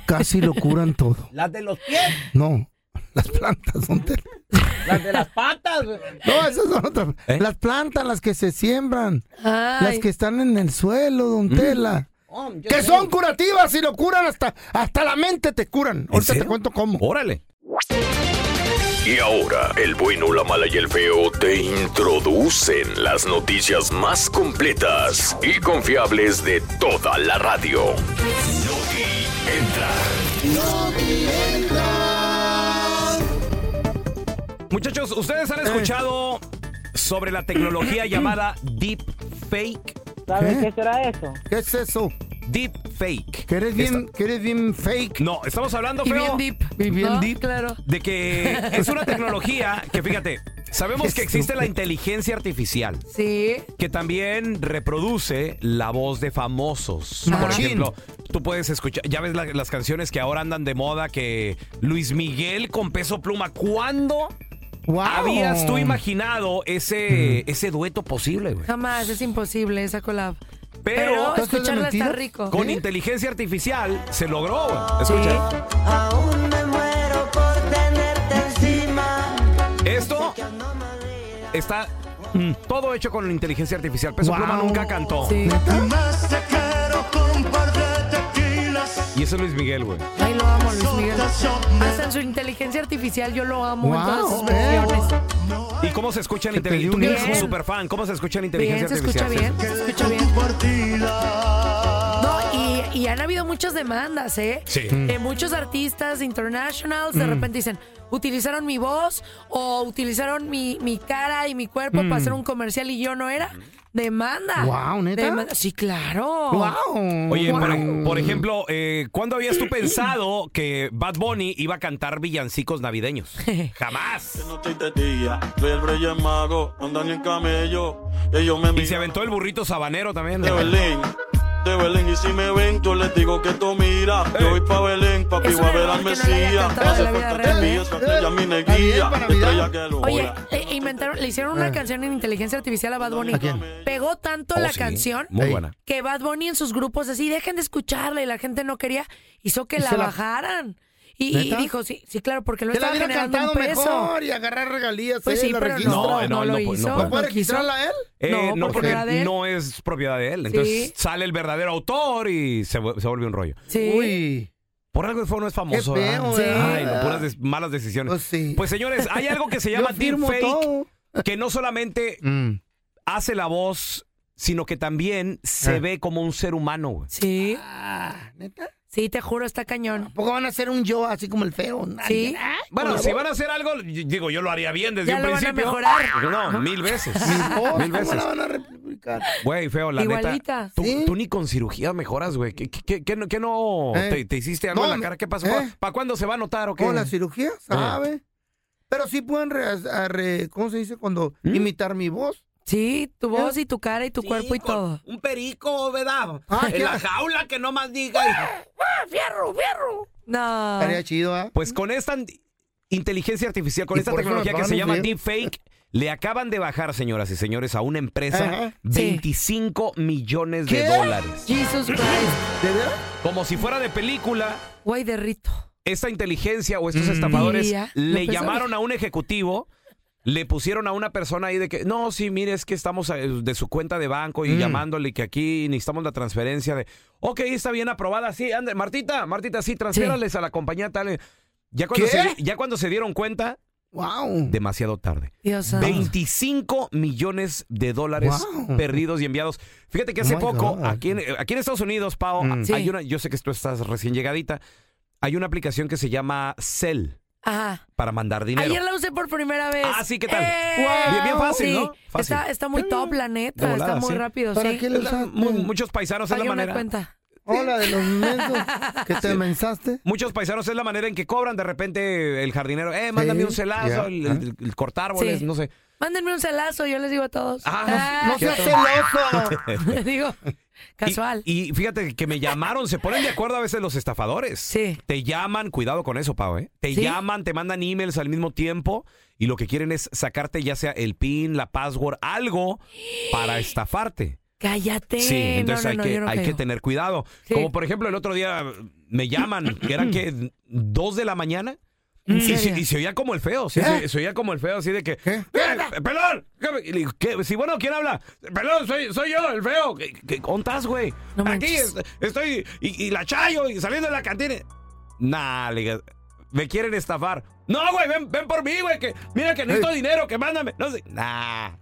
Speaker 2: casi lo curan todo.
Speaker 13: Las de los pies,
Speaker 2: No, las plantas son ter-
Speaker 13: las de las patas.
Speaker 2: No, esas son otras. Las plantas, las que se siembran,
Speaker 3: Ay.
Speaker 2: las que están en el suelo, don
Speaker 1: Mm.
Speaker 2: Tela. Que son curativas y lo curan hasta, hasta la mente te curan. Ahorita te cuento cómo.
Speaker 1: Órale.
Speaker 14: Y ahora, el bueno, la mala y el feo te introducen las noticias más completas y confiables de toda la radio.
Speaker 1: Muchachos, ¿ustedes
Speaker 2: Eh.
Speaker 1: han escuchado sobre la tecnología llamada Deepfake?
Speaker 2: ¿Sabes
Speaker 1: qué
Speaker 2: será eso? ¿Eh? ¿Qué es eso?
Speaker 1: Deepfake.
Speaker 2: Que eres bien, que eres bien fake.
Speaker 1: No, estamos hablando,
Speaker 3: Y
Speaker 1: feo,
Speaker 3: bien deep.
Speaker 2: Y bien
Speaker 3: ¿no?
Speaker 2: deep.
Speaker 3: Claro.
Speaker 1: de que es una tecnología que, fíjate, sabemos que existe la inteligencia artificial.
Speaker 3: Sí.
Speaker 1: que también reproduce la voz de famosos. Por
Speaker 3: Machín.
Speaker 1: ejemplo, tú puedes escuchar, ya ves la- las canciones que ahora andan de moda, que Luis Miguel con peso pluma, ¿cuándo
Speaker 2: Wow.
Speaker 1: habías tú imaginado ese, ese dueto posible, güey?
Speaker 3: Jamás, es imposible esa collab.
Speaker 1: Pero-
Speaker 3: Pero,
Speaker 1: ¿Estás
Speaker 2: de
Speaker 3: escucharla está
Speaker 2: mentiras?
Speaker 3: rico.
Speaker 1: Con inteligencia artificial se logró, güey. Escucha. Esto está mm, todo hecho con inteligencia artificial. Peso
Speaker 2: Wow.
Speaker 1: pluma nunca cantó.
Speaker 3: Sí.
Speaker 1: Y eso es Luis Miguel, güey.
Speaker 3: Ay, lo amo, Luis Miguel. Hasta en su inteligencia artificial yo lo amo en
Speaker 2: Wow.
Speaker 3: todas sus versiones.
Speaker 1: ¿Y cómo se escucha la
Speaker 2: Que te di
Speaker 1: inteligencia? Tú
Speaker 2: un
Speaker 1: que eres
Speaker 3: hijo.
Speaker 1: un superfan, ¿cómo se escucha la
Speaker 3: Bien,
Speaker 1: inteligencia
Speaker 3: se escucha
Speaker 1: artificial?
Speaker 3: bien, se escucha bien. No, y, y han habido muchas demandas, ¿eh?
Speaker 1: Sí.
Speaker 2: Mm.
Speaker 3: De muchos artistas internationals de repente dicen, utilizaron mi voz o utilizaron mi, mi cara y mi cuerpo para hacer un comercial y yo no era. Demanda.
Speaker 2: Mm. Guau, ¿neta?
Speaker 3: Demanda- Sí, claro.
Speaker 2: Wow.
Speaker 1: Oye, por,
Speaker 2: Wow.
Speaker 1: e- por ejemplo, eh, ¿cuándo habías tú pensado que Bad Bunny iba a cantar villancicos navideños? Jamás. Y se aventó el burrito sabanero también. Eh.
Speaker 3: Es un error que no le haya cantado de la vida real, ¿eh? Oye, le, inventaron, le hicieron una
Speaker 2: Eh.
Speaker 3: canción en inteligencia artificial a Bad Bunny.
Speaker 2: ¿A quién?
Speaker 3: Pegó tanto
Speaker 1: Oh,
Speaker 3: la
Speaker 1: sí,
Speaker 3: canción
Speaker 1: Muy
Speaker 2: Ey.
Speaker 1: buena.
Speaker 3: que Bad Bunny en sus grupos así, dejen de escucharla y la gente no quería, hizo que
Speaker 2: Y
Speaker 3: la,
Speaker 2: se la-
Speaker 3: bajaran. Y, y
Speaker 2: ¿Neta?
Speaker 3: dijo, sí, sí, claro, porque lo
Speaker 2: Que la hubiera
Speaker 3: estaba generando un
Speaker 2: cantado
Speaker 3: peso.
Speaker 2: mejor y agarrar regalías.
Speaker 3: Pues
Speaker 2: eh,
Speaker 3: sí,
Speaker 2: la
Speaker 3: pero
Speaker 2: registro.
Speaker 1: No,
Speaker 3: no, no,
Speaker 1: no,
Speaker 3: lo
Speaker 1: no, no
Speaker 3: hizo.
Speaker 1: puede.
Speaker 2: ¿Puede
Speaker 3: no quiso.
Speaker 2: registrarla él?
Speaker 1: Eh,
Speaker 3: No,
Speaker 1: no,
Speaker 3: porque
Speaker 1: porque
Speaker 3: era de él.
Speaker 1: no es propiedad de él. Entonces
Speaker 3: Sí.
Speaker 1: sale el verdadero autor y se, vu- se vuelve un rollo.
Speaker 3: Sí.
Speaker 2: Uy.
Speaker 1: Por algo fue no es famoso.
Speaker 2: Qué
Speaker 1: ¿verdad?
Speaker 2: feo, ¿verdad?
Speaker 1: Ay, no, puras des- malas decisiones.
Speaker 2: Pues sí.
Speaker 1: señores, hay algo que se llama
Speaker 2: Yo firmo
Speaker 1: deepfake
Speaker 2: todo.
Speaker 1: que no solamente
Speaker 2: Mm.
Speaker 1: hace la voz, sino que también se
Speaker 2: Ah.
Speaker 1: ve como un ser humano. güey.
Speaker 3: Sí,
Speaker 2: Ah, ¿neta?
Speaker 3: sí, te juro, está cañón.
Speaker 2: ¿Poco van a hacer un yo así como el feo?
Speaker 3: Sí.
Speaker 1: Bueno,
Speaker 2: oh.
Speaker 1: si van a hacer algo, y- digo, yo lo haría bien desde
Speaker 3: Ya
Speaker 1: un
Speaker 3: lo van a
Speaker 1: principio.
Speaker 3: mejorar.
Speaker 1: No, mil veces.
Speaker 2: Mil
Speaker 1: Mil veces.
Speaker 2: la van a replicar?
Speaker 1: Güey, feo, la
Speaker 3: Igualita.
Speaker 1: neta. Tú,
Speaker 2: Sí.
Speaker 1: tú ni con cirugía mejoras, güey. ¿Qué, qué- qué- qué no, qué no
Speaker 2: Eh.
Speaker 1: te, te hiciste algo
Speaker 2: No,
Speaker 1: en
Speaker 2: me-
Speaker 1: la cara? ¿Qué pasó?
Speaker 2: eh.
Speaker 1: ¿Para cuándo se va a notar o qué?
Speaker 2: ¿Con la cirugía? ¿Sabe? Pero sí pueden, re, a- re- ¿cómo se dice? Cuando
Speaker 1: ¿Mm?
Speaker 2: imitar mi voz.
Speaker 3: Sí, tu voz y tu cara y tu cuerpo y todo.
Speaker 13: Un perico, ¿verdad?
Speaker 2: Ah,
Speaker 13: en
Speaker 2: ya.
Speaker 13: la jaula que no más diga. hijo.
Speaker 3: ¡Fierro, fierro! No.
Speaker 2: Estaría chido, ¿ah?
Speaker 1: Pues con esta an- inteligencia artificial, con
Speaker 2: Y
Speaker 1: esta
Speaker 2: por eso
Speaker 1: tecnología
Speaker 2: nos
Speaker 1: que se
Speaker 2: van a
Speaker 1: llama
Speaker 2: hundir.
Speaker 1: Deepfake, le acaban de bajar, señoras y señores, a una empresa
Speaker 2: Ajá.
Speaker 3: Sí.
Speaker 1: 25 millones de
Speaker 2: ¿Qué?
Speaker 1: dólares.
Speaker 3: Jesus Christ.
Speaker 2: ¿De veras?
Speaker 1: Como si fuera de película,
Speaker 3: Güey, derrito.
Speaker 1: esta inteligencia o estos estafadores
Speaker 3: Sí, ya.
Speaker 1: le
Speaker 3: Lo pensaba.
Speaker 1: llamaron a un ejecutivo, le pusieron a una persona ahí de que, no, sí, mire, es que estamos eh, de su cuenta de banco y llamándole que aquí necesitamos la transferencia de, ok, está bien aprobada, sí, ande, Martita, Martita, sí, transfiérales a la compañía tal. Ya cuando,
Speaker 2: ¿Qué?
Speaker 1: se, ya cuando se dieron cuenta, demasiado tarde.
Speaker 3: Dios santo.
Speaker 1: 25 millones de dólares
Speaker 2: Ah. Wow.
Speaker 1: perdidos y enviados. Fíjate que hace
Speaker 2: Oh my
Speaker 1: poco,
Speaker 2: God.
Speaker 1: aquí en, aquí en Estados Unidos, Pao,
Speaker 2: Mm.
Speaker 1: hay
Speaker 2: Sí.
Speaker 1: una, yo sé que tú estás recién llegadita, hay una aplicación que se llama Cell
Speaker 3: Ajá.
Speaker 1: para mandar dinero.
Speaker 3: Ayer la usé por primera vez.
Speaker 1: Ah, sí, ¿qué tal?
Speaker 3: ¡Eh!
Speaker 1: Bien, bien fácil,
Speaker 3: Sí.
Speaker 1: ¿no? Fácil. Eh,
Speaker 3: Está, está muy top, la neta.
Speaker 1: De volada,
Speaker 3: está muy
Speaker 1: sí.
Speaker 3: rápido, sí.
Speaker 1: Es la- mu- Muchos paisanos es
Speaker 3: Hay
Speaker 1: la
Speaker 3: una
Speaker 1: manera.
Speaker 3: cuenta.
Speaker 2: Hola Oh, de los mensos que te mensaste.
Speaker 1: Muchos paisanos es la manera en que cobran de repente el jardinero, eh, mándame un celazo,
Speaker 2: ya,
Speaker 1: el, el- el cortar árboles,
Speaker 3: Sí.
Speaker 1: no sé.
Speaker 3: Mándenme un celazo, yo les digo a todos.
Speaker 1: Ah,
Speaker 2: no seas celoso.
Speaker 3: Les digo, casual.
Speaker 1: Y fíjate que me llamaron, se ponen de acuerdo a veces los estafadores.
Speaker 3: Sí.
Speaker 1: Te llaman, cuidado con eso, Pau, ¿eh? Te
Speaker 3: Sí.
Speaker 1: llaman, te mandan emails al mismo tiempo y lo que quieren es sacarte ya sea el PIN, la password, algo para estafarte.
Speaker 3: Cállate.
Speaker 1: Sí, entonces
Speaker 3: no, no,
Speaker 1: hay,
Speaker 3: no,
Speaker 1: que,
Speaker 3: yo no
Speaker 1: hay que
Speaker 3: caigo.
Speaker 1: tener cuidado.
Speaker 3: Sí. Mm.
Speaker 1: Como por ejemplo, el otro día me llaman, que eran que dos de la mañana.
Speaker 3: ¿En
Speaker 1: Y se,
Speaker 3: serio?
Speaker 1: y se oía como el feo, sí, se, se oía como el feo, así de que. ¿Qué? ¡Pelón! déjame", y le digo, "¿Qué? Sí, bueno, ¿quién habla? ¡Pelón, soy, soy yo, el feo! ¿Qué, qué contás, güey? Aquí
Speaker 3: manches.
Speaker 1: est- estoy, y, y la chayo, y saliendo de la cantina. Nah, le digo, me quieren estafar. No, güey, ven, ven por mí, güey, que mira que necesito dinero, que mándame. No sé. Nah.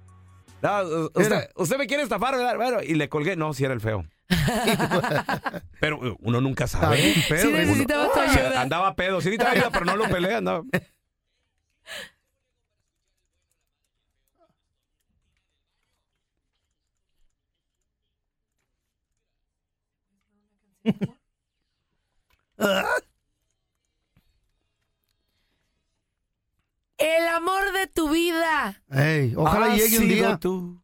Speaker 1: No, u- usted, usted me quiere estafar, ¿verdad? Bueno, y le colgué. No, si era el feo. pero eh, uno nunca sabe.
Speaker 2: Está bien
Speaker 1: Pedo,
Speaker 2: Sí
Speaker 1: uno-
Speaker 2: necesitaba tu ayuda.
Speaker 1: Andaba pedo. Sí necesitaba ayuda, pero no lo pelea. andaba-
Speaker 3: El amor de tu vida.
Speaker 2: Ey, ojalá
Speaker 3: Ha
Speaker 2: llegue un día.
Speaker 3: sido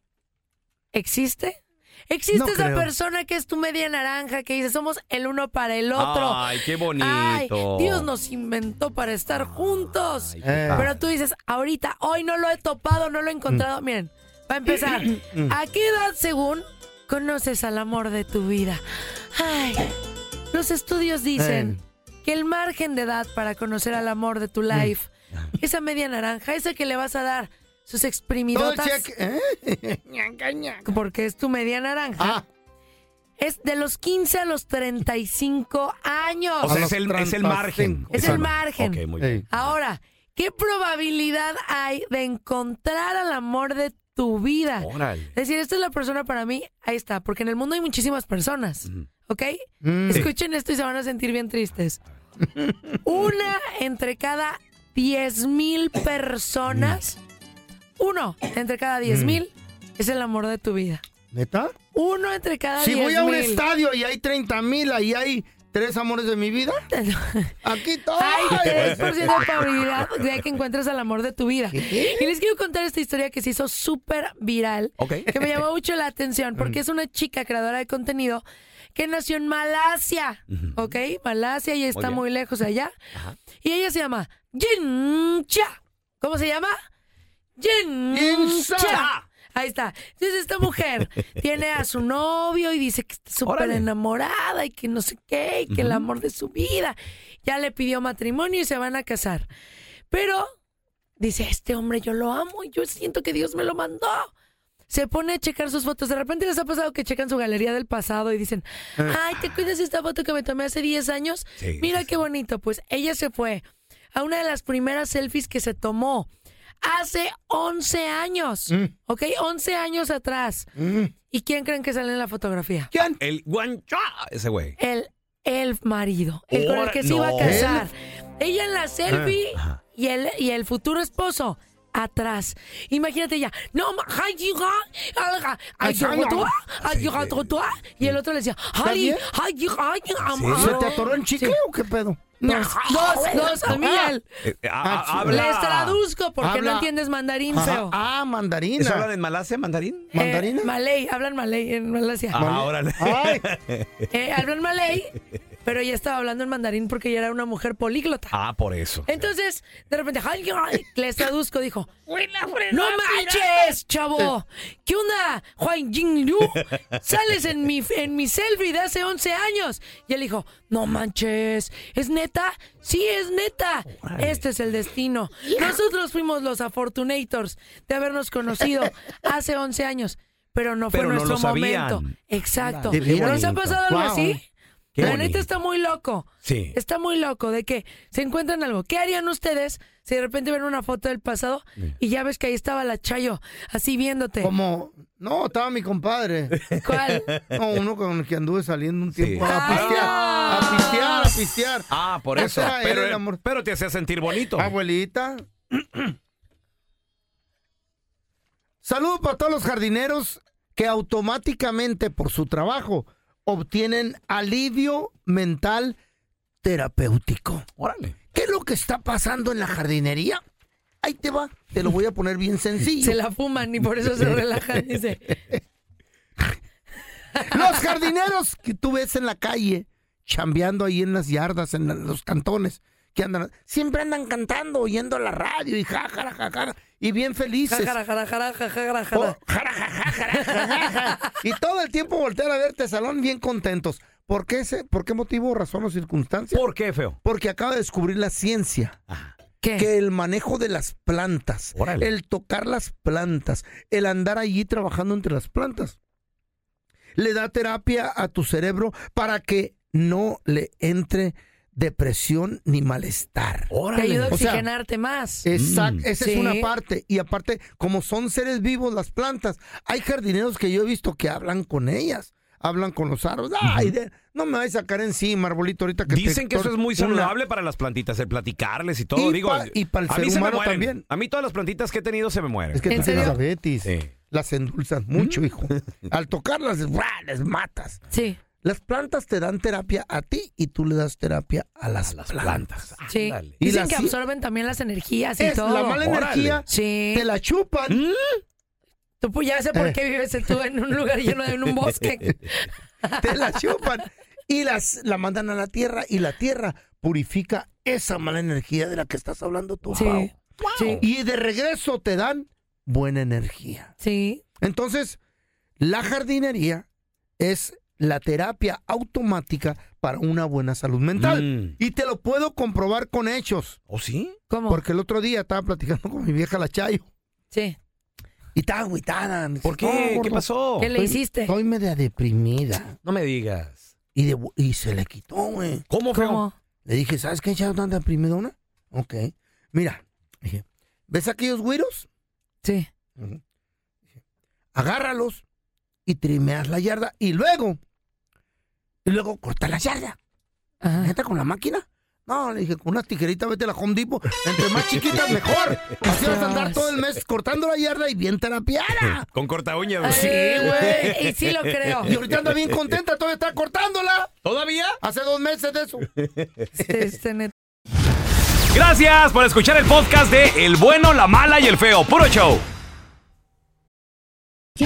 Speaker 3: ¿Existe? Existe
Speaker 2: No
Speaker 3: esa
Speaker 2: creo.
Speaker 3: persona que es tu media naranja, que dice, somos el uno para
Speaker 5: Ah,
Speaker 3: el otro.
Speaker 1: Ay, qué bonito.
Speaker 3: Ay, Dios nos inventó para estar juntos.
Speaker 2: Eh.
Speaker 1: qué padre.
Speaker 3: Ah. Pero tú dices, ahorita, hoy no lo he topado, no lo he encontrado. Miren, va a empezar. ¿A qué edad, según, conoces al amor de tu vida? Ay, los estudios dicen
Speaker 2: Eh.
Speaker 3: que el margen de edad para conocer al amor de tu life, esa media naranja, esa que le vas a dar sus exprimidotas,
Speaker 2: ¿eh?
Speaker 3: porque es tu media naranja.
Speaker 1: Ah,
Speaker 2: Ah,
Speaker 3: Es de los 15 a los 35 años.
Speaker 1: O sea, es el, es el margen.
Speaker 3: Es el margen.
Speaker 1: Ok, muy bien.
Speaker 3: Ahora, ¿qué probabilidad hay de encontrar al amor de tu vida?
Speaker 1: Órale.
Speaker 3: Es decir, esta es la persona para mí, ahí está, porque en el mundo hay muchísimas personas, ¿ok?
Speaker 2: Mm.
Speaker 3: Escuchen esto y se van a sentir bien tristes. Una entre cada 10 mil personas, uno entre cada
Speaker 2: Mm.
Speaker 3: 10 mil es el amor de tu vida.
Speaker 2: ¿Neta?
Speaker 3: Uno entre cada
Speaker 2: Si
Speaker 3: 10
Speaker 2: voy a un
Speaker 3: Ah, mil.
Speaker 2: estadio y hay 30 mil, ahí hay tres amores de mi vida. Aquí todo.
Speaker 3: Hay 3% de probabilidad de que encuentres al amor de tu vida. Y les quiero contar esta historia que se hizo súper viral, que me llamó mucho la atención, porque es una chica creadora de contenido que nació en Malasia, ¿ok? Malasia y está
Speaker 15: bien.
Speaker 3: muy lejos de allá. Y ella se llama Jincha. ¿Cómo se llama? Jincha.
Speaker 15: Jincha.
Speaker 3: Ahí está. Entonces esta mujer tiene a su novio y dice que está súper enamorada y que no sé qué, y que el
Speaker 15: Ujú.
Speaker 3: amor de su vida. Ya le pidió matrimonio y se van a casar. Pero dice, este hombre yo lo amo y yo siento que Dios me lo mandó. Se pone a checar sus fotos. De repente les ha pasado que checan su galería del pasado y dicen,
Speaker 15: Eh.
Speaker 3: ay, ¿te cuidas esta foto que me tomé hace 10 años?
Speaker 15: Sí.
Speaker 3: Mira qué bonito. Pues ella se fue a una de las primeras selfies que se tomó hace 11 años.
Speaker 15: Mm.
Speaker 3: ¿Ok? 11 años atrás. ¿Y quién creen que sale en la fotografía?
Speaker 1: El guancha, ese güey.
Speaker 3: El, el marido, el con el
Speaker 1: Ora-
Speaker 3: que se iba a
Speaker 1: no.
Speaker 3: casar. Ella en la selfie
Speaker 1: Ah, ajá.
Speaker 3: y, el, y el futuro esposo atrás. Imagínate ya, no, ma- ay, hija, alga, ay,
Speaker 2: Ay,
Speaker 3: hija,
Speaker 2: no.
Speaker 3: tú, ay, hija, tú, tú, y el otro le decía,
Speaker 2: ¿Está
Speaker 3: ay,
Speaker 2: bien?
Speaker 3: ay, hija, ay, am-
Speaker 2: ¿Se te atoró el chicle
Speaker 3: Sí.
Speaker 2: o qué pedo?
Speaker 3: Dos, dos, dos, a mí el-
Speaker 1: Eh, a- a-
Speaker 2: Ah,
Speaker 1: habla.
Speaker 3: Les traduzco porque
Speaker 2: Habla.
Speaker 3: no entiendes mandarín,
Speaker 2: Ajá.
Speaker 3: feo.
Speaker 2: Ah, mandarina.
Speaker 1: ¿Eso hablan en Malasia, mandarín?
Speaker 3: Eh,
Speaker 2: Ah.
Speaker 3: malay, hablan malay en Malasia.
Speaker 1: Ah, órale.
Speaker 3: Eh, hablan malay pero ella estaba hablando en mandarín porque ella era una mujer políglota.
Speaker 1: Ah, por eso.
Speaker 3: Eh, Entonces, de repente, ay, ay, les traduzco, dijo, ¡No manches, chavo! ¿Qué onda, Juan Jin Liu? Sales en mi, en mi selfie de hace 11 años. Y él dijo, no manches, ¿es neta? Sí, es neta. Este es el destino. Nosotros fuimos los afortunators de habernos conocido hace 11 años, pero no fue
Speaker 1: Pero no
Speaker 3: nuestro
Speaker 1: lo sabían.
Speaker 3: momento. Exacto.
Speaker 1: Qué
Speaker 3: ¿No les ha
Speaker 1: bonito.
Speaker 3: pasado algo
Speaker 1: Wow.
Speaker 3: así?
Speaker 1: Qué
Speaker 3: La
Speaker 1: bonito.
Speaker 3: neta está muy loco.
Speaker 1: Sí.
Speaker 3: Está muy loco de que se encuentran algo. ¿Qué harían ustedes si de repente ven una foto del pasado y ya ves que ahí estaba la Chayo, así viéndote?
Speaker 2: Como, no, estaba mi compadre.
Speaker 3: ¿Cuál?
Speaker 2: No, uno con el que anduve saliendo un tiempo a
Speaker 1: Ah.
Speaker 2: pistear, a pistear, a pistear.
Speaker 1: Ah, por eso.
Speaker 2: Esa era
Speaker 1: Pero,
Speaker 2: el amor. Ah,
Speaker 1: pero te hacía sentir bonito.
Speaker 2: Abuelita. Saludos para todos los jardineros que automáticamente por su trabajo obtienen alivio mental terapéutico.
Speaker 1: Órale.
Speaker 2: ¿Qué es lo que está pasando en la jardinería? Ahí te va, te lo voy a poner bien sencillo.
Speaker 3: Se la fuman y por eso se relajan, dice.
Speaker 2: Los jardineros que tú ves en la calle, chambeando ahí en las yardas, en la- los cantones, que andan, siempre andan cantando, oyendo la radio y jájara, jájara, y bien felices. Oh,
Speaker 3: Jara, jara, jara, jara, jara, jara.
Speaker 2: Y todo el tiempo voltear a verte, salón, bien contentos. ¿Por qué, ese, ¿Por qué motivo, razón o circunstancia?
Speaker 1: ¿Por qué, feo?
Speaker 2: Porque acaba de descubrir la ciencia.
Speaker 3: Eh.
Speaker 2: Que el manejo de las plantas,
Speaker 1: Órale.
Speaker 2: el tocar las plantas, el andar allí trabajando entre las plantas, le da terapia a tu cerebro para que no le entre depresión ni malestar.
Speaker 1: Oh,
Speaker 3: Te ayuda a
Speaker 2: O sea, eh,
Speaker 3: oxigenarte más.
Speaker 2: Exacto,
Speaker 3: Mm.
Speaker 2: esa es
Speaker 3: Sí.
Speaker 2: una parte. Y aparte, como son seres vivos las plantas, hay jardineros que yo he visto que hablan con ellas, hablan con los árboles. Ay, de- no me vais a sacar encima, arbolito, ahorita que te
Speaker 1: Dicen que eso
Speaker 2: tor-
Speaker 1: es muy
Speaker 2: una-
Speaker 1: saludable para las plantitas, el platicarles y todo.
Speaker 2: Y
Speaker 1: Digo,
Speaker 2: pa- y para el
Speaker 1: a mí
Speaker 2: ser
Speaker 1: se me
Speaker 2: humano
Speaker 1: mueren.
Speaker 2: también.
Speaker 1: A mí todas las plantitas que he tenido se me mueren.
Speaker 2: Es que tú tienes diabetes, las endulzas mucho, hijo. Al tocarlas, ¡buah! les matas.
Speaker 3: Sí.
Speaker 2: Las plantas te dan terapia a ti y tú le das terapia a las, plantas.
Speaker 3: Sí.
Speaker 2: Ándale. Y
Speaker 3: Dicen
Speaker 2: la
Speaker 3: que
Speaker 2: ci-
Speaker 3: absorben también las energías y
Speaker 2: Es
Speaker 3: todo.
Speaker 2: la mala energía,
Speaker 3: Sí.
Speaker 2: te la chupan.
Speaker 3: Tú pues ya sé por qué vives tú en un lugar lleno de en un bosque.
Speaker 2: te la chupan y las la mandan a la tierra y la tierra purifica esa mala energía de la que estás hablando tú. Pau. Y de regreso te dan buena energía.
Speaker 3: Sí.
Speaker 2: Entonces, la jardinería es la terapia automática para una buena salud
Speaker 1: Mm.
Speaker 2: mental. Y te lo puedo comprobar con hechos.
Speaker 1: ¿O ¿Oh, sí?
Speaker 3: ¿Cómo?
Speaker 2: Porque el otro día estaba platicando con mi vieja la Chayo.
Speaker 3: Sí.
Speaker 2: Y estaba agüitada. Me
Speaker 1: ¿Por
Speaker 2: dice,
Speaker 1: qué?
Speaker 2: "No,
Speaker 1: ¿Qué
Speaker 2: gordo,
Speaker 1: pasó? ¿Qué le
Speaker 2: estoy-
Speaker 1: hiciste?"
Speaker 2: Estoy media deprimida.
Speaker 1: No me digas.
Speaker 2: Y, de- y se le quitó, güey.
Speaker 1: ¿Cómo, feo? ¿Cómo?
Speaker 2: Le dije, ¿sabes qué, Chayo, tanta primidona? Ok. Mira, dije, ¿ves aquellos güiros?
Speaker 3: Sí.
Speaker 2: Agárralos y trimeas la yarda y luego, y luego corta la yarda.
Speaker 3: Ah.
Speaker 2: ¿Neta con la máquina? No, le dije, con unas tijeritas vete a la Home Depot. Entre más chiquitas, mejor. Así vas a andar todo el mes cortando la yarda y bien terapiada.
Speaker 1: Con corta uñas. güey.
Speaker 2: Sí, güey. Y ahorita anda bien contenta, todavía está cortándola.
Speaker 1: ¿Todavía?
Speaker 2: Hace dos meses de eso. Este,
Speaker 1: Gracias por escuchar el podcast de El bueno, la mala y el feo. Puro show.
Speaker 15: ¿Qué